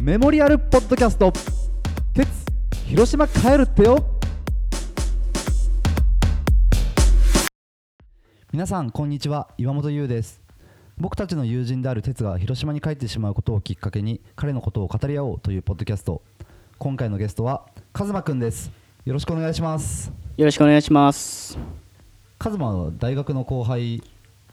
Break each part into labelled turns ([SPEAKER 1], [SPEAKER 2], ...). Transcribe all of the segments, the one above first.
[SPEAKER 1] メモリアルポッドキャスト鉄広島帰るってよ皆さんこんにちは岩本優です僕たちの友人である鉄が広島に帰ってしまうことをきっかけに彼のことを語り合おうというポッドキャスト今回のゲストはカズマくんですよろしくお願いします
[SPEAKER 2] よろしくお願いします。
[SPEAKER 1] カズマは大学の後輩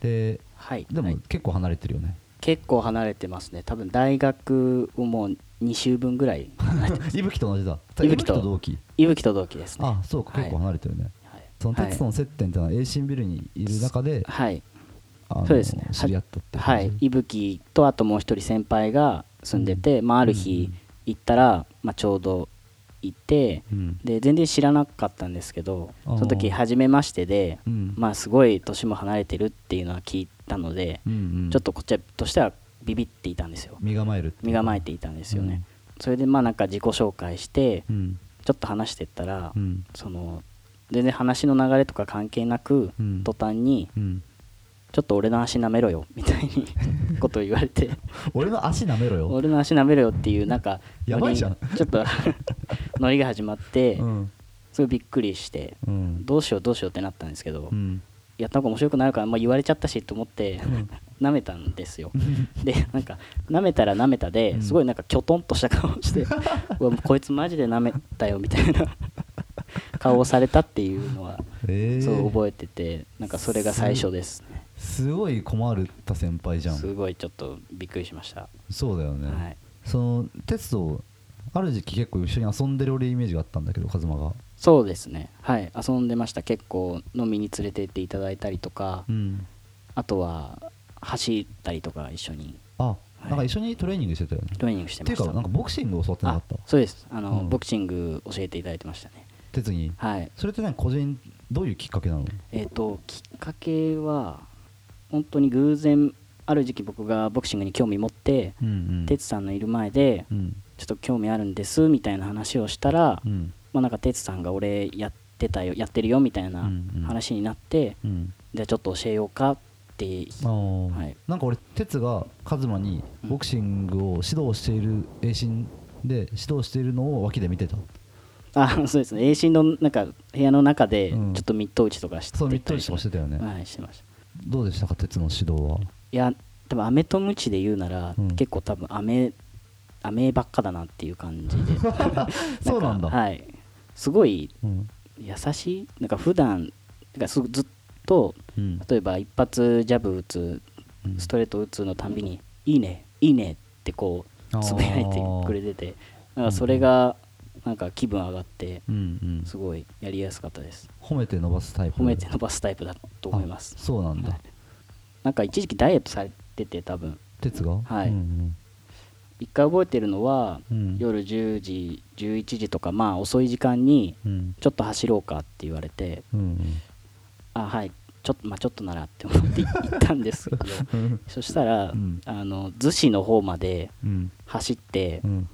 [SPEAKER 1] で
[SPEAKER 2] はい。
[SPEAKER 1] で
[SPEAKER 2] は
[SPEAKER 1] も
[SPEAKER 2] い
[SPEAKER 1] 結構離れてるよね、
[SPEAKER 2] 結構離れてますね。多分大学をもう2週分ぐらい。
[SPEAKER 1] 伊吹と同じだ
[SPEAKER 2] 伊吹と
[SPEAKER 1] 同期
[SPEAKER 2] 伊吹と同期ですね。
[SPEAKER 1] あそうか
[SPEAKER 2] はい
[SPEAKER 1] 結構離れてるね、
[SPEAKER 2] はい
[SPEAKER 1] その鉄との接点っていうのは栄新ビルにいる中で、
[SPEAKER 2] はい。
[SPEAKER 1] あの
[SPEAKER 2] そうですね
[SPEAKER 1] 知り合ったって
[SPEAKER 2] は
[SPEAKER 1] 感
[SPEAKER 2] い
[SPEAKER 1] じ。
[SPEAKER 2] 伊吹とあともう一人先輩が住んでて、まあある日行ったら、まあちょうどいて、
[SPEAKER 1] うん
[SPEAKER 2] で全然知らなかったんですけど、
[SPEAKER 1] あー
[SPEAKER 2] その時初めましてで、
[SPEAKER 1] うん
[SPEAKER 2] まあすごい年も離れてるっていうのは聞いたので、
[SPEAKER 1] うんうん
[SPEAKER 2] ちょっとこっちとしてはビビっていたんですよ。
[SPEAKER 1] 身構える
[SPEAKER 2] 身構え
[SPEAKER 1] て
[SPEAKER 2] ていたんですよね。それでまあなんか自己紹介して、
[SPEAKER 1] いううん
[SPEAKER 2] ちょっと話してったら、
[SPEAKER 1] うん
[SPEAKER 2] その全然話の流れとか関係なく、
[SPEAKER 1] うん
[SPEAKER 2] 途端に
[SPEAKER 1] うん
[SPEAKER 2] 「ちょっと俺の足舐めろよ」みたいに ことを言われて
[SPEAKER 1] 俺の足舐めろ
[SPEAKER 2] 「
[SPEAKER 1] よ、
[SPEAKER 2] 俺の足舐めろよ」っていうなんか
[SPEAKER 1] やばいじゃん
[SPEAKER 2] ノリち ょっとノリが始まって、
[SPEAKER 1] うん
[SPEAKER 2] すごいびっくりして、
[SPEAKER 1] うん
[SPEAKER 2] どうしようどうしようってなったんですけど、
[SPEAKER 1] うん
[SPEAKER 2] やった方が面白くなるから、まあ、言われちゃったしと思って、 舐めたんですよでなんか舐めたら舐めた
[SPEAKER 1] うん
[SPEAKER 2] ですごいなんかきょとんとした顔をして うわもうこいつマジで舐めたよみたいな顔をされたっていうのは
[SPEAKER 1] えー、
[SPEAKER 2] そう覚えててなんかそれが最初ですね
[SPEAKER 1] すごい困るった先輩じゃ
[SPEAKER 2] す
[SPEAKER 1] ん
[SPEAKER 2] ごいちょっとびっくりしました、
[SPEAKER 1] そうだよね、
[SPEAKER 2] はい、
[SPEAKER 1] その鉄とある時期結構一緒に遊んでる俺イメージがあったんだけどカズマが
[SPEAKER 2] そうですねはい遊んでました結構飲みに連れてっていただいたりとか、
[SPEAKER 1] うん
[SPEAKER 2] あとは走ったりとか一緒に
[SPEAKER 1] あ、
[SPEAKER 2] い
[SPEAKER 1] なんか一緒にトレーニングしてたよね
[SPEAKER 2] トレーニングして
[SPEAKER 1] ってい
[SPEAKER 2] ま
[SPEAKER 1] う
[SPEAKER 2] した
[SPEAKER 1] かなんかボクシング教わってなか
[SPEAKER 2] あ
[SPEAKER 1] った
[SPEAKER 2] そうですあの、
[SPEAKER 1] うん
[SPEAKER 2] ボクシング教えていただいてましたね
[SPEAKER 1] 鉄に
[SPEAKER 2] はい
[SPEAKER 1] それってね個人どういうきっかけなの
[SPEAKER 2] えっ、ときっかけは本当に偶然ある時期僕がボクシングに興味持って
[SPEAKER 1] うんうん
[SPEAKER 2] 哲、さんのいる前で、
[SPEAKER 1] うん
[SPEAKER 2] ちょっと興味あるんですみたいな話をしたら、
[SPEAKER 1] うん
[SPEAKER 2] まあ、なんか哲さんが俺やってたよやってるよみたいな
[SPEAKER 1] うんうん
[SPEAKER 2] 話になって、
[SPEAKER 1] うん
[SPEAKER 2] じゃあちょっと教えようかっ
[SPEAKER 1] あ
[SPEAKER 2] て
[SPEAKER 1] ー
[SPEAKER 2] はい
[SPEAKER 1] なんか俺哲がカズマにボクシングを指導している衛進で指導しているのを脇で見てた
[SPEAKER 2] あそうですね A 心のなんか部屋の中でち
[SPEAKER 1] う
[SPEAKER 2] ょ
[SPEAKER 1] ん
[SPEAKER 2] っとミット打ちとかして
[SPEAKER 1] そうミット打
[SPEAKER 2] り
[SPEAKER 1] ちとかしてたよね
[SPEAKER 2] はいしてました
[SPEAKER 1] どうでしたか哲の指導はい
[SPEAKER 2] や多分アメとムチで言うなら、
[SPEAKER 1] うん
[SPEAKER 2] 結構多分アメアメばっかだなっていう感じで
[SPEAKER 1] そうなんだ
[SPEAKER 2] かはいすごい
[SPEAKER 1] うん
[SPEAKER 2] 優しいなんか普段なんかすずっと
[SPEAKER 1] うん
[SPEAKER 2] 例えば一発ジャブ打つ
[SPEAKER 1] うん
[SPEAKER 2] ストレート打つのたんびに「いいねいいね」ってこ
[SPEAKER 1] あー
[SPEAKER 2] うつぶやいてくれててなんかそれがなんか気分上がって
[SPEAKER 1] うんうん
[SPEAKER 2] すごいやりやすかったです
[SPEAKER 1] 褒めて伸ばすタイプ
[SPEAKER 2] 褒めて伸ばすタイプだと思います
[SPEAKER 1] あそうなんだ
[SPEAKER 2] なんか一時期ダイエットされてて多分
[SPEAKER 1] 哲が
[SPEAKER 2] はい
[SPEAKER 1] うん
[SPEAKER 2] 一回覚えてるのは、
[SPEAKER 1] うん
[SPEAKER 2] 夜10時11時とかまあ遅い時間に
[SPEAKER 1] うんうん
[SPEAKER 2] ちょっと走ろうかって言われて
[SPEAKER 1] うん
[SPEAKER 2] あはいちょっとまあちょっとならって思って行ったんです けど
[SPEAKER 1] うん
[SPEAKER 2] そしたら、
[SPEAKER 1] うん
[SPEAKER 2] あの逗子の方まで
[SPEAKER 1] うん
[SPEAKER 2] 走って、
[SPEAKER 1] うん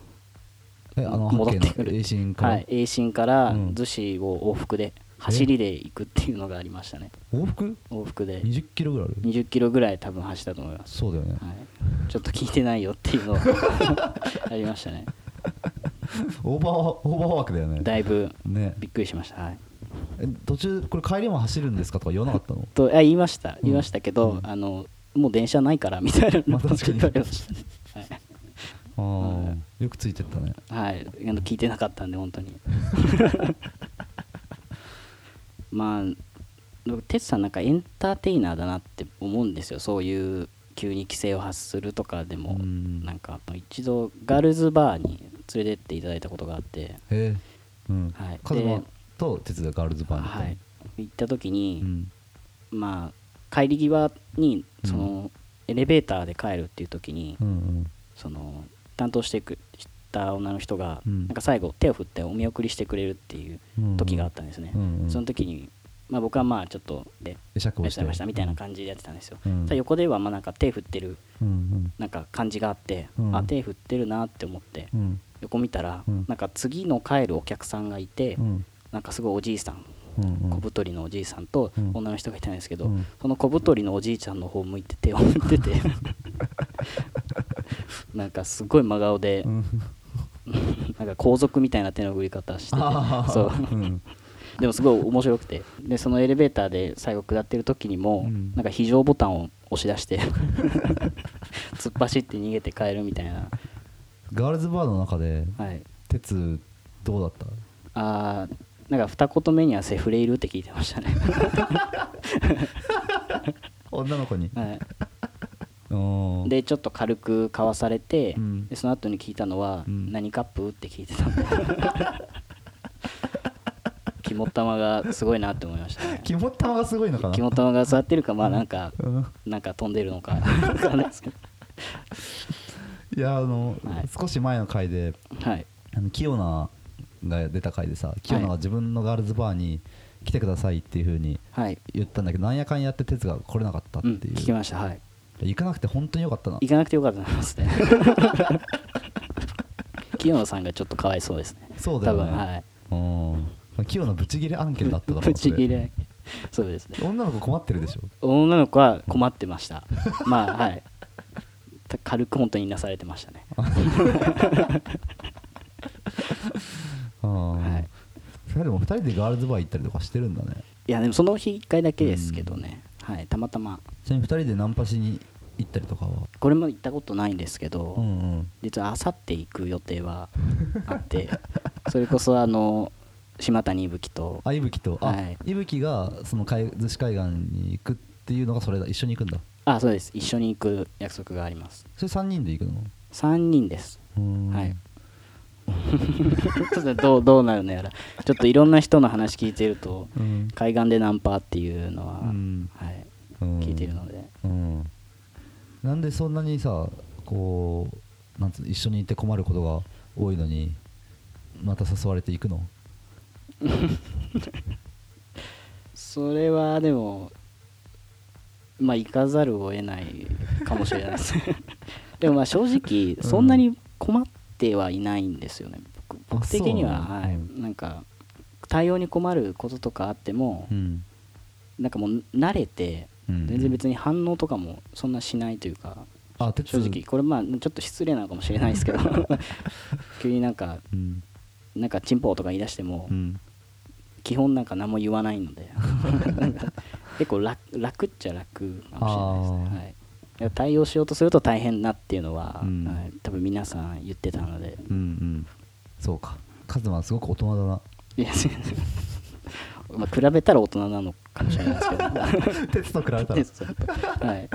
[SPEAKER 1] えあの
[SPEAKER 2] 戻
[SPEAKER 1] 半
[SPEAKER 2] っ
[SPEAKER 1] 径
[SPEAKER 2] てく
[SPEAKER 1] の
[SPEAKER 2] る
[SPEAKER 1] 衛進から、
[SPEAKER 2] はい、栄新から
[SPEAKER 1] うん
[SPEAKER 2] 逗子を往復で走りで行くっていうのがありましたね
[SPEAKER 1] 往復
[SPEAKER 2] 往復で
[SPEAKER 1] 20キロぐらいある
[SPEAKER 2] 20キロぐらい多分走ったと思います、
[SPEAKER 1] そうだよね、
[SPEAKER 2] はい、ちょっと聞いてないよっていうのは ありましたね
[SPEAKER 1] オーバーオーバーワークだよね
[SPEAKER 2] だいぶ
[SPEAKER 1] ね
[SPEAKER 2] びっくりしましたはい
[SPEAKER 1] え途中これ帰りも走るんですかとか言わなかったの
[SPEAKER 2] とあ言いました言いましたけど、
[SPEAKER 1] うん
[SPEAKER 2] あのもう電車ないからみたいな
[SPEAKER 1] まあ
[SPEAKER 2] のを
[SPEAKER 1] 確かに
[SPEAKER 2] 言われましたね
[SPEAKER 1] ああ、
[SPEAKER 2] は
[SPEAKER 1] よくついてったね
[SPEAKER 2] はい、はい、あの聞いてなかったんで本当 にまあ哲さんなんかエンターテイナーだなって思うんですよそういう急に規制を発するとかでも、
[SPEAKER 1] うん
[SPEAKER 2] なんか一度ガールズバーに連れてっていただいたことがあって
[SPEAKER 1] へえうん、
[SPEAKER 2] はい
[SPEAKER 1] カズマ
[SPEAKER 2] で
[SPEAKER 1] と鉄がガールズバーに行ったの
[SPEAKER 2] はい、行った時に、
[SPEAKER 1] うん
[SPEAKER 2] まあ帰り際にその、エレベーターで帰るっていう時に、
[SPEAKER 1] うんうん
[SPEAKER 2] その担当してくした女の人が、
[SPEAKER 1] うん
[SPEAKER 2] なんか最後手を振ってお見送りしてくれるっていう時があったんですね、
[SPEAKER 1] うんうん
[SPEAKER 2] その時に、まあ、僕はまあちょっとで
[SPEAKER 1] 会釈
[SPEAKER 2] いら
[SPEAKER 1] を
[SPEAKER 2] っ
[SPEAKER 1] し
[SPEAKER 2] してゃいましたみたいな感じでやってたんですよ、
[SPEAKER 1] うん
[SPEAKER 2] ただ横ではまあなんか手振ってる
[SPEAKER 1] うん
[SPEAKER 2] なんか感じがあって、
[SPEAKER 1] うん
[SPEAKER 2] あ手振ってるなって思って、
[SPEAKER 1] うんうん
[SPEAKER 2] 横見たら、
[SPEAKER 1] うん
[SPEAKER 2] なんか次の帰るお客さんがいて、
[SPEAKER 1] うん
[SPEAKER 2] なんかすごいおじいさん
[SPEAKER 1] うんうん
[SPEAKER 2] 小太りのおじいさんと
[SPEAKER 1] うん
[SPEAKER 2] 女の人がいたんですけど、
[SPEAKER 1] うん
[SPEAKER 2] その小太りのおじいちゃんの方向いて手を振っててなんかすごい真顔で、
[SPEAKER 1] うん
[SPEAKER 2] なんか皇族みたいな手の振り方して
[SPEAKER 1] あー
[SPEAKER 2] てそう
[SPEAKER 1] うん
[SPEAKER 2] でもすごい面白くてでそのエレベーターで最後下ってる時にも、
[SPEAKER 1] うん
[SPEAKER 2] なんか非常ボタンを押し出して 突っ走って逃げて帰るみたいな、
[SPEAKER 1] ガールズバーの中で
[SPEAKER 2] はい、
[SPEAKER 1] 鉄どうだった
[SPEAKER 2] あーなんか二言目にはセフレいるって聞いてました ね、
[SPEAKER 1] 女の子に
[SPEAKER 2] は
[SPEAKER 1] おー
[SPEAKER 2] い、でちょっと軽くかわされて、
[SPEAKER 1] うん
[SPEAKER 2] でその後に聞いたのは、
[SPEAKER 1] うん
[SPEAKER 2] 何カップって聞いてたんで 肝っ玉がすごいなって思いましたね
[SPEAKER 1] 肝玉がすごいのかな
[SPEAKER 2] 肝っ玉が座ってるかまあなんか、
[SPEAKER 1] うん
[SPEAKER 2] なんか飛んでるのかわかんないですけど
[SPEAKER 1] いやあの、
[SPEAKER 2] はい
[SPEAKER 1] 少し前の回で
[SPEAKER 2] はい
[SPEAKER 1] あのキヨナが出た回でさキヨナが自分のガールズバーに来てくださいっていうふうに
[SPEAKER 2] はい、
[SPEAKER 1] 言ったんだけど、なんやかんやって哲が来れなかったっ
[SPEAKER 2] う
[SPEAKER 1] て
[SPEAKER 2] ん、
[SPEAKER 1] い
[SPEAKER 2] 聞
[SPEAKER 1] う、
[SPEAKER 2] きましたはい
[SPEAKER 1] 行かなくて本当によかったな
[SPEAKER 2] 行かなくてよかったなです ね清野さんがちょっとかわいそうですね
[SPEAKER 1] そうだよね
[SPEAKER 2] 多分はい
[SPEAKER 1] うんキヨナブチギレ案件だっただろ
[SPEAKER 2] ぶち切れそうですね
[SPEAKER 1] それ女の子困ってるでしょ
[SPEAKER 2] 女の子は困ってました まあはいた軽く本当にいなされてましたね
[SPEAKER 1] ああ、
[SPEAKER 2] はい
[SPEAKER 1] それでも2人でガールズバー行ったりとかしてるんだね
[SPEAKER 2] いやでもその日1回だけですけどね、はいたまたま
[SPEAKER 1] ちなみに2人でナンパしに行ったりとかは
[SPEAKER 2] これも行ったことないんですけど、
[SPEAKER 1] うんうん
[SPEAKER 2] 実はあさって行く予定はあってそれこそあの島谷ぶきと
[SPEAKER 1] あいぶきとあ、
[SPEAKER 2] はい
[SPEAKER 1] いぶきがその海逗子海岸に行くっていうのがそれだ一緒に行くんだ
[SPEAKER 2] あそうです一緒に行く約束があります
[SPEAKER 1] それ3人で行くの
[SPEAKER 2] 3人です
[SPEAKER 1] うーん
[SPEAKER 2] はい ちょっとどうどうなるのやらちょっといろんな人の話聞いてると
[SPEAKER 1] うん
[SPEAKER 2] 海岸でナンパっていうのは、
[SPEAKER 1] うん
[SPEAKER 2] はい、
[SPEAKER 1] うん
[SPEAKER 2] 聞いてるので
[SPEAKER 1] うんなんでそんなにさこうなんつうの一緒にいて困ることが多いのにまた誘われていくの
[SPEAKER 2] それはでもまあ行かざるを得ないかもしれないです でもまあ正直
[SPEAKER 1] うん
[SPEAKER 2] そんなに困ってはいないんですよね、僕
[SPEAKER 1] あ
[SPEAKER 2] 僕的には、
[SPEAKER 1] そうなの
[SPEAKER 2] はい
[SPEAKER 1] うん
[SPEAKER 2] なんか対応に困ることとかあっても、
[SPEAKER 1] うん、
[SPEAKER 2] なんかもう慣れて
[SPEAKER 1] うん、
[SPEAKER 2] 全然別に反応とかもそんなしないというか、
[SPEAKER 1] あ鉄
[SPEAKER 2] 正直これまあちょっと失礼なのかもしれないですけど 急になんか
[SPEAKER 1] うん
[SPEAKER 2] なんかチンポとか言い出しても、
[SPEAKER 1] うん
[SPEAKER 2] 基本なんか何も言わない のでなんか結構楽楽っちゃ楽かもしれないですね、はい、だから対応しようとすると大変なっていうのは、
[SPEAKER 1] うん
[SPEAKER 2] はい多分皆さん言ってたので
[SPEAKER 1] うんうんそうかカズマはすごく大人だ ない
[SPEAKER 2] やすいませんまあ比べたら大人なのかもしれないですけど
[SPEAKER 1] 鉄と比べたら
[SPEAKER 2] でちょっとはい、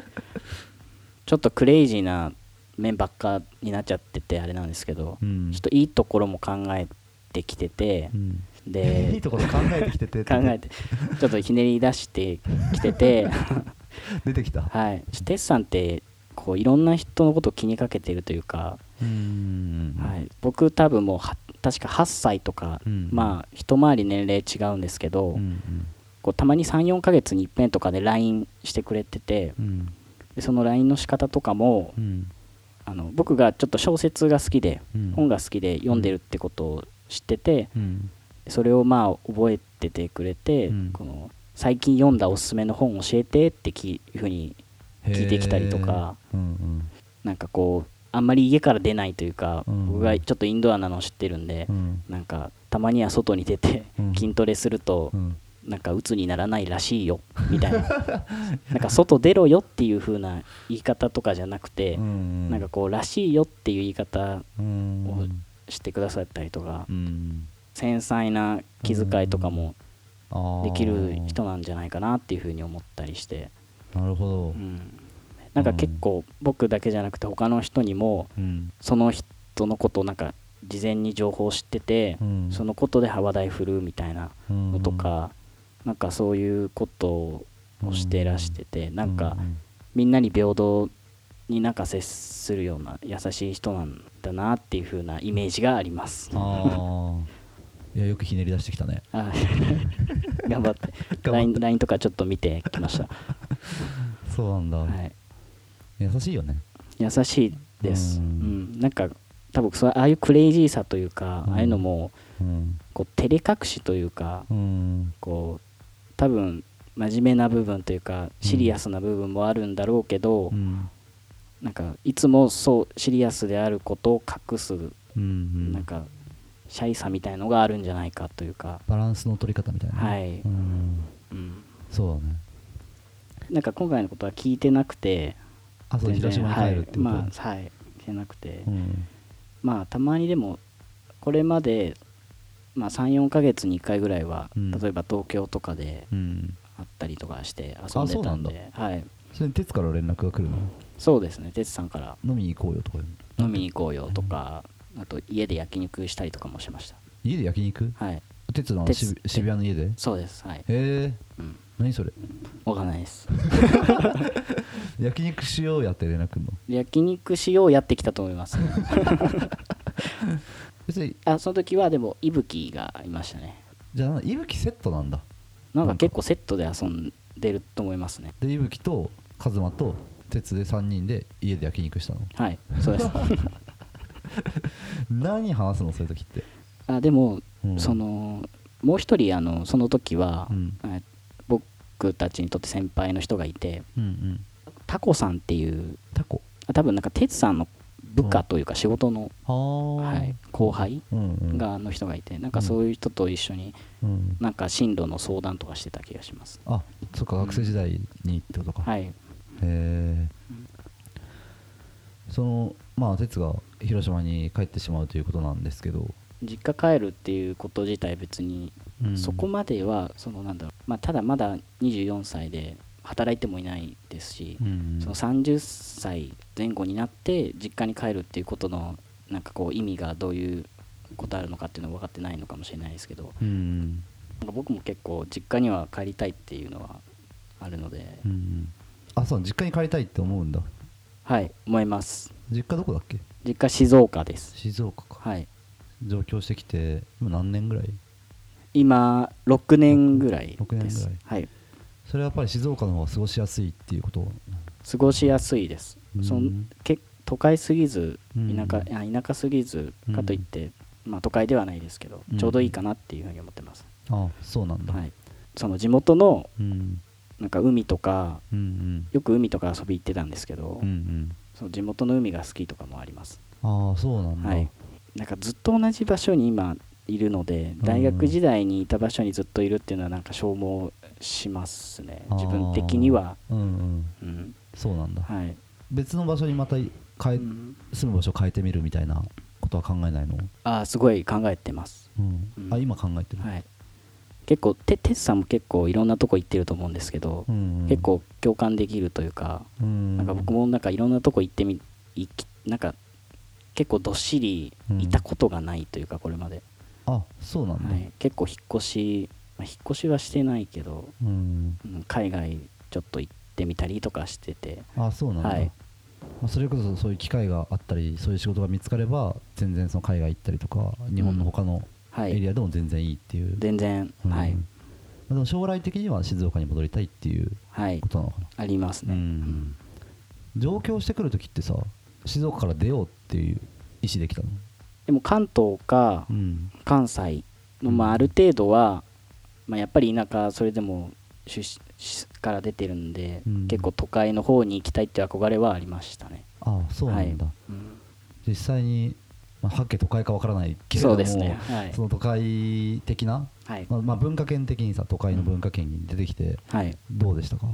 [SPEAKER 2] ちょっとクレイジーな面ばっかになっちゃっててあれなんですけど、
[SPEAKER 1] うん
[SPEAKER 2] ちょっといいところも考えてきてて、
[SPEAKER 1] うん
[SPEAKER 2] で
[SPEAKER 1] いいところ考えて きてて
[SPEAKER 2] 考えてちょっとひねり出してき てて
[SPEAKER 1] 出てきた
[SPEAKER 2] はいテスさんってこういろんな人のことを気にかけてるというか、
[SPEAKER 1] うん
[SPEAKER 2] はい、僕多分もうは確か8歳とか、
[SPEAKER 1] うん
[SPEAKER 2] まあ一回り年齢違うんですけど、
[SPEAKER 1] うんうん
[SPEAKER 2] こうたまに34ヶ月に一遍とかで LINE してくれてて
[SPEAKER 1] うん
[SPEAKER 2] でその LINE の仕方とかも
[SPEAKER 1] うん
[SPEAKER 2] あの僕がちょっと小説が好きで、
[SPEAKER 1] うん
[SPEAKER 2] 本が好きで読んでるってことを知ってて、
[SPEAKER 1] うん
[SPEAKER 2] それをまあ覚えててくれて、
[SPEAKER 1] うん
[SPEAKER 2] この最近読んだおすすめの本教えてってきいうふうに聞いてきたりとか
[SPEAKER 1] へーうん
[SPEAKER 2] なんかこうあんまり家から出ないというか、
[SPEAKER 1] うん
[SPEAKER 2] 僕がちょっとインドアなのを知ってるんで
[SPEAKER 1] う、ん
[SPEAKER 2] なんかたまには外に出て
[SPEAKER 1] うん
[SPEAKER 2] 筋トレすると
[SPEAKER 1] う、ん
[SPEAKER 2] なんか鬱にならないらしいよ みたいななんか外出ろよっていう風な言い方とかじゃなくて、
[SPEAKER 1] うん
[SPEAKER 2] なんかこうらしいよっていう言い方
[SPEAKER 1] うん
[SPEAKER 2] をしてくださったりとか、
[SPEAKER 1] うん
[SPEAKER 2] 繊細な気遣いとかも、
[SPEAKER 1] あー
[SPEAKER 2] できる人なんじゃないかなっていうふうに思ったりして、
[SPEAKER 1] なるほど
[SPEAKER 2] うんなんか結構僕だけじゃなくて他の人にも
[SPEAKER 1] うん
[SPEAKER 2] その人のことをなんか事前に情報を知ってて、
[SPEAKER 1] うん
[SPEAKER 2] そのことで話題振るみたいなのとか、なんかそういうことをしてらしてて、なんかみんなに平等になんか接するような優しい人なんだなっていうふうなイメージがあります。
[SPEAKER 1] あ あいやよくひねり出してきたね
[SPEAKER 2] あ 頑張って
[SPEAKER 1] た
[SPEAKER 2] LINE LINE とかちょっと見てきました。
[SPEAKER 1] そうなんだ、
[SPEAKER 2] はい
[SPEAKER 1] 優しいよね
[SPEAKER 2] 優しいです、
[SPEAKER 1] う
[SPEAKER 2] うんんなんか多分そうああいうクレイジーさというか、
[SPEAKER 1] うん
[SPEAKER 2] ああいうのも
[SPEAKER 1] うん
[SPEAKER 2] こう照れ隠しというか、
[SPEAKER 1] うん
[SPEAKER 2] こう多分真面目な部分というかシリアスな部分もあるんだろうけど、
[SPEAKER 1] うん
[SPEAKER 2] なんかいつもそうシリアスであることを隠す、
[SPEAKER 1] うんうん
[SPEAKER 2] なんかシャイさみたいのがあるんじゃないかというか、
[SPEAKER 1] バランスの取り方みたいな、
[SPEAKER 2] はい
[SPEAKER 1] うん
[SPEAKER 2] うん、
[SPEAKER 1] そうだね
[SPEAKER 2] なんか今回のことは聞いてなくて
[SPEAKER 1] あそう
[SPEAKER 2] 全然
[SPEAKER 1] 広島に帰るってこと、
[SPEAKER 2] はいまあはい聞いてなくて、
[SPEAKER 1] うん
[SPEAKER 2] まあたまにでもこれまで、まあ、34ヶ月に1回ぐらいは、
[SPEAKER 1] うん
[SPEAKER 2] 例えば東京とかで
[SPEAKER 1] うん、
[SPEAKER 2] あったりとかして遊
[SPEAKER 1] あ
[SPEAKER 2] んで
[SPEAKER 1] そうな
[SPEAKER 2] た
[SPEAKER 1] ん
[SPEAKER 2] ん
[SPEAKER 1] だ
[SPEAKER 2] ではい、
[SPEAKER 1] それに鉄から連絡が来るの
[SPEAKER 2] そうですね哲さんから
[SPEAKER 1] 飲みに行こうよとか言うの
[SPEAKER 2] 飲みに行こうよとか、あと家で焼肉したりとかもしました
[SPEAKER 1] 家で焼肉
[SPEAKER 2] はい
[SPEAKER 1] 鉄の
[SPEAKER 2] 鉄
[SPEAKER 1] し渋谷の家でへ
[SPEAKER 2] そうですはい、
[SPEAKER 1] え
[SPEAKER 2] うん、
[SPEAKER 1] 何それ
[SPEAKER 2] わかんないです
[SPEAKER 1] 焼肉しようやって連絡くんの
[SPEAKER 2] 焼肉しようやってきたと思います
[SPEAKER 1] 別に
[SPEAKER 2] あその時はでも伊吹がいましたね
[SPEAKER 1] じゃあいぶきセットなんだ
[SPEAKER 2] なんか結構セットで遊んでると思いますね
[SPEAKER 1] でいぶきと和馬と鉄で3人で家で焼肉したの
[SPEAKER 2] はいそうです
[SPEAKER 1] 何話すのそういう時って
[SPEAKER 2] あでも、
[SPEAKER 1] うん
[SPEAKER 2] そのもう一人あのその時は、
[SPEAKER 1] うん
[SPEAKER 2] え僕たちにとって先輩の人がいて
[SPEAKER 1] うんうん
[SPEAKER 2] タコさんっていう
[SPEAKER 1] タコ
[SPEAKER 2] あ多分なんか哲さんの部下というか仕事の、
[SPEAKER 1] はあ、
[SPEAKER 2] はい、後輩
[SPEAKER 1] うんうん、
[SPEAKER 2] がの人がいてなんかそういう人と一緒に
[SPEAKER 1] うん、
[SPEAKER 2] なんか進路の相談とかしてた気がします、
[SPEAKER 1] あそっか学生時代にってことか、へ
[SPEAKER 2] はい
[SPEAKER 1] えそのまあ哲が広島に帰ってしまうということなんですけど、
[SPEAKER 2] 実家帰るっていうこと自体別に
[SPEAKER 1] うん
[SPEAKER 2] そこまではそのなんだろう、まあ、ただまだ24歳で働いてもいないですし、
[SPEAKER 1] うん
[SPEAKER 2] その30歳前後になって実家に帰るっていうことのなんかこう意味がどういうことあるのかっていうのは分かってないのかもしれないですけど
[SPEAKER 1] うん
[SPEAKER 2] なんか僕も結構実家には帰りたいっていうのはあるので、
[SPEAKER 1] うんうんあそう実家に帰りたいって思うんだ
[SPEAKER 2] はい思います
[SPEAKER 1] 実家どこだっけ
[SPEAKER 2] 実家静岡です
[SPEAKER 1] 静岡か、
[SPEAKER 2] はい
[SPEAKER 1] 上京してきて今何年ぐらい
[SPEAKER 2] 今6年ぐらい
[SPEAKER 1] 六
[SPEAKER 2] で
[SPEAKER 1] 年ぐ
[SPEAKER 2] す
[SPEAKER 1] らい
[SPEAKER 2] はい
[SPEAKER 1] それはやっぱり静岡の方が過ごしやすいっていうこと
[SPEAKER 2] 過ごしやすいです、
[SPEAKER 1] うん
[SPEAKER 2] そのけ都会すぎず
[SPEAKER 1] うん
[SPEAKER 2] 田舎,、あ田舎すぎず
[SPEAKER 1] うん
[SPEAKER 2] かといって、まあ、都会ではないですけど、
[SPEAKER 1] うん
[SPEAKER 2] ちょうどいいかなっていうふうに思ってます、
[SPEAKER 1] あそうなんだ、
[SPEAKER 2] はい、その地元の
[SPEAKER 1] うん
[SPEAKER 2] なんか海とか
[SPEAKER 1] うんうん
[SPEAKER 2] よく海とか遊び行ってたんですけど、
[SPEAKER 1] うんうん
[SPEAKER 2] その地元の海が好きとかもあります、
[SPEAKER 1] ああそうなんだ、
[SPEAKER 2] はい、なんかずっと同じ場所に今いるので大学時代にいた場所にずっといるっていうのはなんか消耗しますね
[SPEAKER 1] あー
[SPEAKER 2] 自分的には、
[SPEAKER 1] うんうん
[SPEAKER 2] うん
[SPEAKER 1] そうなんだ、
[SPEAKER 2] はい
[SPEAKER 1] 別の場所にまた変え、
[SPEAKER 2] うん
[SPEAKER 1] 住む場所を変えてみるみたいなことは考えないの、
[SPEAKER 2] あーすごい考えてます
[SPEAKER 1] うん
[SPEAKER 2] うん
[SPEAKER 1] あ今考えてる、
[SPEAKER 2] はい、結構てテツさんも結構いろんなとこ行ってると思うんですけど、
[SPEAKER 1] うんうん
[SPEAKER 2] 結、構共感できるというか、
[SPEAKER 1] うん、
[SPEAKER 2] なんか僕もなんかいろんなとこ行ってみ行きなんか結構どっしりいたことがないというかこれまで、
[SPEAKER 1] あそうなんだ、
[SPEAKER 2] はい、結構引っ越し、まあ引っ越しはしてないけど、
[SPEAKER 1] うん
[SPEAKER 2] うん海外ちょっと行ってみたりとかしてて
[SPEAKER 1] あそうなんだ、
[SPEAKER 2] はい
[SPEAKER 1] まあ、それこそそういう機会があったりそういう仕事が見つかれば全然その海外行ったりとか日本の他の
[SPEAKER 2] は
[SPEAKER 1] エリ
[SPEAKER 2] い
[SPEAKER 1] アでも全然いいっていう、
[SPEAKER 2] 全然、
[SPEAKER 1] うん
[SPEAKER 2] はい
[SPEAKER 1] まあでも将来的には静岡に戻りたいっていう
[SPEAKER 2] はい
[SPEAKER 1] ことなのかな
[SPEAKER 2] ありますね、
[SPEAKER 1] うん
[SPEAKER 2] うん
[SPEAKER 1] 上京してくるときってさ静岡から出ようっていう意思できたの
[SPEAKER 2] でも関東か
[SPEAKER 1] うん
[SPEAKER 2] 関西の、まあ、ある程度は、まあ、やっぱり田舎それでも出ししから出てるんで、
[SPEAKER 1] うん
[SPEAKER 2] 結構都会の方に行きたいって憧れはありましたね。
[SPEAKER 1] ああそうなんだ、
[SPEAKER 2] はいうん
[SPEAKER 1] 実際に、まあ、八景都会かわからないけれども
[SPEAKER 2] そうですねはい
[SPEAKER 1] その都会的な、
[SPEAKER 2] はい
[SPEAKER 1] まあまあ、文化圏的にさ都会の文化圏に出てきて
[SPEAKER 2] はい、
[SPEAKER 1] どうでしたか、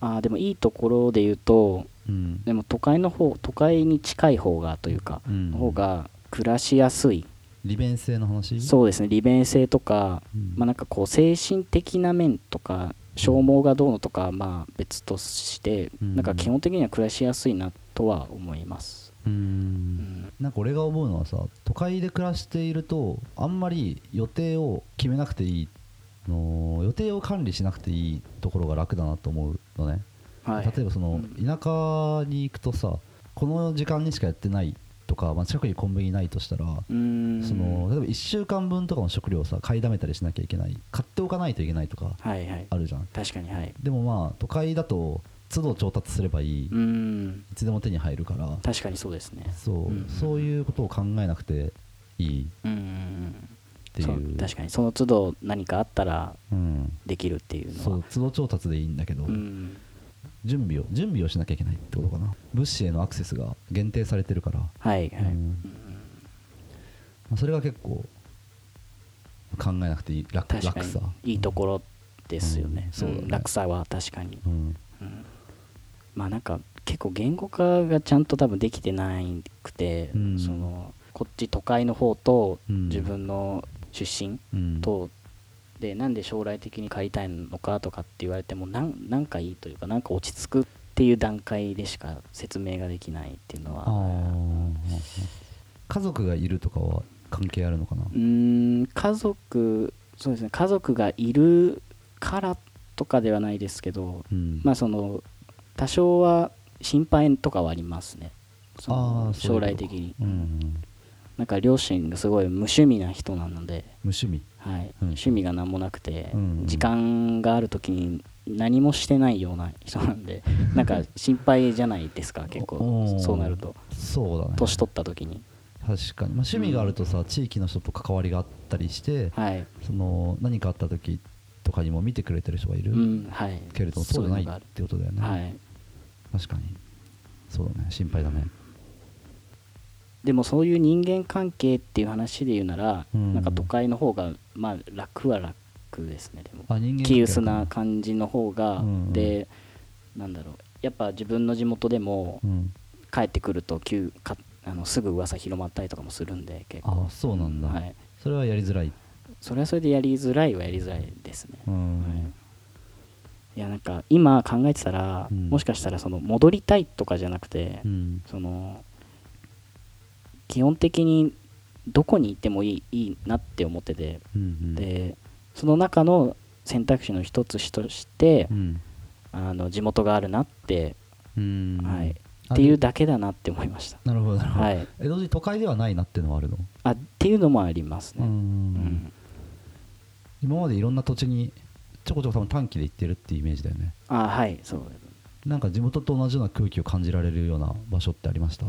[SPEAKER 2] あーでもいいところで言うと
[SPEAKER 1] うん
[SPEAKER 2] でも都会の方都会に近い方がというか、
[SPEAKER 1] うん
[SPEAKER 2] の方が暮らしやすい
[SPEAKER 1] 利便性の話
[SPEAKER 2] そうですね利便性とか、
[SPEAKER 1] うん
[SPEAKER 2] まあ、なんかこう精神的な面とか消耗がどうのとかまあ別として、
[SPEAKER 1] うん
[SPEAKER 2] なんか基本的には暮らしやすいなとは思います。
[SPEAKER 1] う
[SPEAKER 2] うんん
[SPEAKER 1] なんか俺が思うのはさ都会で暮らしているとあんまり予定を決めなくていいあのー予定を管理しなくていいところが楽だなと思うのね、
[SPEAKER 2] はい、
[SPEAKER 1] 例えばその
[SPEAKER 2] うん
[SPEAKER 1] 田舎に行くとさこの時間にしかやってないとか、まあ、近くにコンビニないとしたら、
[SPEAKER 2] うーん
[SPEAKER 1] その例えば1週間分とかの食料をさ買いだめたりしなきゃいけない買っておかないといけないとか
[SPEAKER 2] はいはい
[SPEAKER 1] あるじゃん
[SPEAKER 2] 確かにはい
[SPEAKER 1] でもまあ都会だと都度調達すればいい、
[SPEAKER 2] うー
[SPEAKER 1] い
[SPEAKER 2] ん
[SPEAKER 1] つでも手に入るから
[SPEAKER 2] 確かにそうですね
[SPEAKER 1] そう,、
[SPEAKER 2] うん
[SPEAKER 1] そういうことを考えなくていい
[SPEAKER 2] うんうんうん
[SPEAKER 1] ってい
[SPEAKER 2] そう
[SPEAKER 1] う
[SPEAKER 2] 確かにその都度何かあったら
[SPEAKER 1] うん、
[SPEAKER 2] できるっていうのは
[SPEAKER 1] そう都度調達でいいんだけど、
[SPEAKER 2] うん
[SPEAKER 1] 準備を準備をしなきゃいけないってことかな物資へのアクセスが限定されてるから、ま
[SPEAKER 2] はいはい、
[SPEAKER 1] うんあ、それが結構考えなくていい楽
[SPEAKER 2] 確か
[SPEAKER 1] 楽さ
[SPEAKER 2] にいいところですよね,、
[SPEAKER 1] うんそうだね
[SPEAKER 2] ん楽さは確かに、
[SPEAKER 1] うん
[SPEAKER 2] うんまあなんか結構言語化がちゃんと多分できてなくて、
[SPEAKER 1] うん
[SPEAKER 2] そのこっち都会の方と
[SPEAKER 1] うん
[SPEAKER 2] 自分の出身
[SPEAKER 1] うん
[SPEAKER 2] と、でなんで将来的に買いたいのかとかって言われてもなんなんかいいというかなんか落ち着くっていう段階でしか説明ができないっていうの
[SPEAKER 1] あ
[SPEAKER 2] は
[SPEAKER 1] ー家族がいるとかは関係あるのかな
[SPEAKER 2] うーん家族そうですね家族がいるからとかではないですけど、
[SPEAKER 1] うん
[SPEAKER 2] まあその多少は心配とかはありますねその
[SPEAKER 1] あーそうい
[SPEAKER 2] 将
[SPEAKER 1] うことか
[SPEAKER 2] 来的に
[SPEAKER 1] うんうん
[SPEAKER 2] なんか両親がすごい無趣味な人なので、
[SPEAKER 1] 無趣味
[SPEAKER 2] はい
[SPEAKER 1] うん
[SPEAKER 2] 趣味が何もなくて、
[SPEAKER 1] うんうん
[SPEAKER 2] 時間がある時に何もしてないような人な んでなんか心配じゃないですか結
[SPEAKER 1] お
[SPEAKER 2] 構
[SPEAKER 1] ー
[SPEAKER 2] そうなると
[SPEAKER 1] そうだね
[SPEAKER 2] 年取った時に
[SPEAKER 1] 確かに、まあ、趣味があるとさ、地域の人と関わりがあったりして、
[SPEAKER 2] はい、
[SPEAKER 1] その何かあった時とかにも見てくれてる人がいる、
[SPEAKER 2] うんはい、
[SPEAKER 1] けれどもそうじゃない
[SPEAKER 2] いのがあ
[SPEAKER 1] っ
[SPEAKER 2] る
[SPEAKER 1] てことだよね、
[SPEAKER 2] はい
[SPEAKER 1] 確かにそうだね心配だね
[SPEAKER 2] でもそういう人間関係っていう話で言うなら、
[SPEAKER 1] うん
[SPEAKER 2] なんか都会の方がまあ楽は楽ですねでも
[SPEAKER 1] あ人間関係
[SPEAKER 2] 気薄な感じの方が、
[SPEAKER 1] うんうん
[SPEAKER 2] でなんだろうやっぱ自分の地元でも
[SPEAKER 1] うん
[SPEAKER 2] 帰ってくると急かあのすぐ噂広まったりとかもするんで結
[SPEAKER 1] あ
[SPEAKER 2] 構
[SPEAKER 1] あそうなんだ、
[SPEAKER 2] はい、
[SPEAKER 1] それはやりづらい、
[SPEAKER 2] それはそれでやりづらいはやりづらいですね、
[SPEAKER 1] うん
[SPEAKER 2] はい、いやなんか今考えてたら、
[SPEAKER 1] うん
[SPEAKER 2] もしかしたらその戻りたいとかじゃなくて、
[SPEAKER 1] うん
[SPEAKER 2] その基本的にどこに行ってもいいいいなって思ってて、
[SPEAKER 1] うんうん、
[SPEAKER 2] でその中の選択肢の一つとして、
[SPEAKER 1] うん
[SPEAKER 2] あの地元があるなって、
[SPEAKER 1] うん
[SPEAKER 2] はい、っ
[SPEAKER 1] あ
[SPEAKER 2] ていうだけだなって思いました。
[SPEAKER 1] なるほどなるほど、
[SPEAKER 2] はい、
[SPEAKER 1] え同時に都会ではないなっていうのはあるの、
[SPEAKER 2] あっていうのもあります
[SPEAKER 1] う
[SPEAKER 2] ね。うん
[SPEAKER 1] ん今までいろんな土地にちょこちょこ多分短期で行ってるっていうイメージだよね
[SPEAKER 2] あはいそう
[SPEAKER 1] なんか地元と同じような空気を感じられるような場所ってありました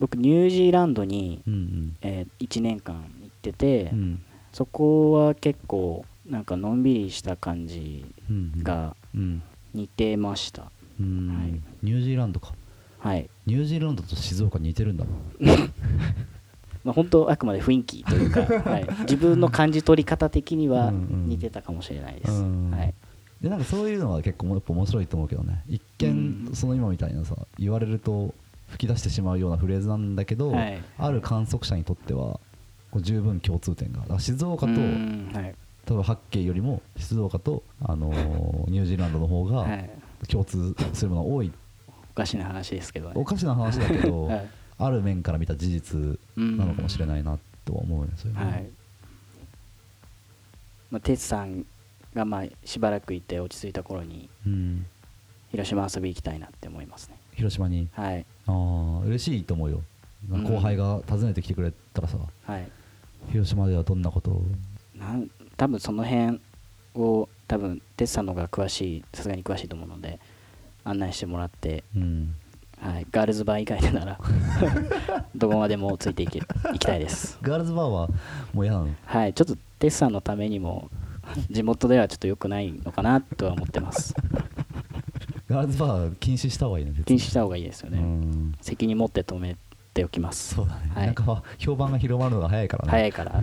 [SPEAKER 2] 僕ニュージーランドに、
[SPEAKER 1] うん
[SPEAKER 2] え1年間行ってて、
[SPEAKER 1] うんうん
[SPEAKER 2] そこは結構なんかのんびりした感じ
[SPEAKER 1] うんうん
[SPEAKER 2] が
[SPEAKER 1] うん
[SPEAKER 2] 似てました、
[SPEAKER 1] うん
[SPEAKER 2] はい
[SPEAKER 1] ニュージーランドか
[SPEAKER 2] はい
[SPEAKER 1] ニュージーランドと静岡似てるんだもん
[SPEAKER 2] まあ本当あくまで雰囲気というか、はい、自分の感じ取り方的には
[SPEAKER 1] うんうん
[SPEAKER 2] 似てたかもしれないです、
[SPEAKER 1] うん
[SPEAKER 2] はい、
[SPEAKER 1] でなんかそういうのは結構やっぱ面白いと思うけどね一見
[SPEAKER 2] うん
[SPEAKER 1] その今みたいなさ言われると吹き出してしまうようなフレーズなんだけど、
[SPEAKER 2] はい
[SPEAKER 1] ある観測者にとってはこう十分共通点がだから静岡と
[SPEAKER 2] うんはい
[SPEAKER 1] 多分八景よりも静岡と、あのーニュージーランドの方
[SPEAKER 2] は
[SPEAKER 1] が
[SPEAKER 2] い、
[SPEAKER 1] 共通するものが多い
[SPEAKER 2] おかしな話ですけどね
[SPEAKER 1] おかしな話だけど、
[SPEAKER 2] はい
[SPEAKER 1] ある面から見た事実なのかもしれないなとは思うよねそれ
[SPEAKER 2] はい。まあ、哲さんがまあしばらくいて落ち着いた頃に
[SPEAKER 1] うん、
[SPEAKER 2] 広島遊び行きたいなって思いますね。
[SPEAKER 1] 広島に
[SPEAKER 2] はい。
[SPEAKER 1] ああ嬉しいと思うよ
[SPEAKER 2] うん
[SPEAKER 1] 後輩が訪ねてきてくれたらさ、
[SPEAKER 2] はい。
[SPEAKER 1] 広島ではどんなことを
[SPEAKER 2] なん多分その辺を多分哲さんの方が詳しいさすがに詳しいと思うので案内してもらって、
[SPEAKER 1] うん
[SPEAKER 2] はい、ガールズバー以外でな らどこまでもついていけ行きたいです。
[SPEAKER 1] ガールズバーはもう嫌なの
[SPEAKER 2] はい。ちょっと哲さんのためにも地元ではちょっと良くないのかなとは思ってます。
[SPEAKER 1] ガールズバー禁止した方がいいね別に
[SPEAKER 2] 禁止した方がいいですよね。
[SPEAKER 1] うん
[SPEAKER 2] 責任持って止めておきます
[SPEAKER 1] そうだね、
[SPEAKER 2] はい
[SPEAKER 1] なんか評判が広まるのが早いからね
[SPEAKER 2] 早いから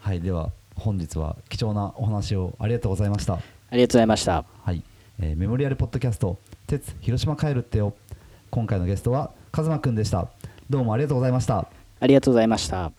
[SPEAKER 1] はい、では本日は貴重なお話をありがとうございました
[SPEAKER 2] ありがとうございました
[SPEAKER 1] はい、えーメモリアルポッドキャスト「鉄広島帰るってよ」今回のゲストはカズマくんでしたどうもありがとうございました
[SPEAKER 2] ありがとうございました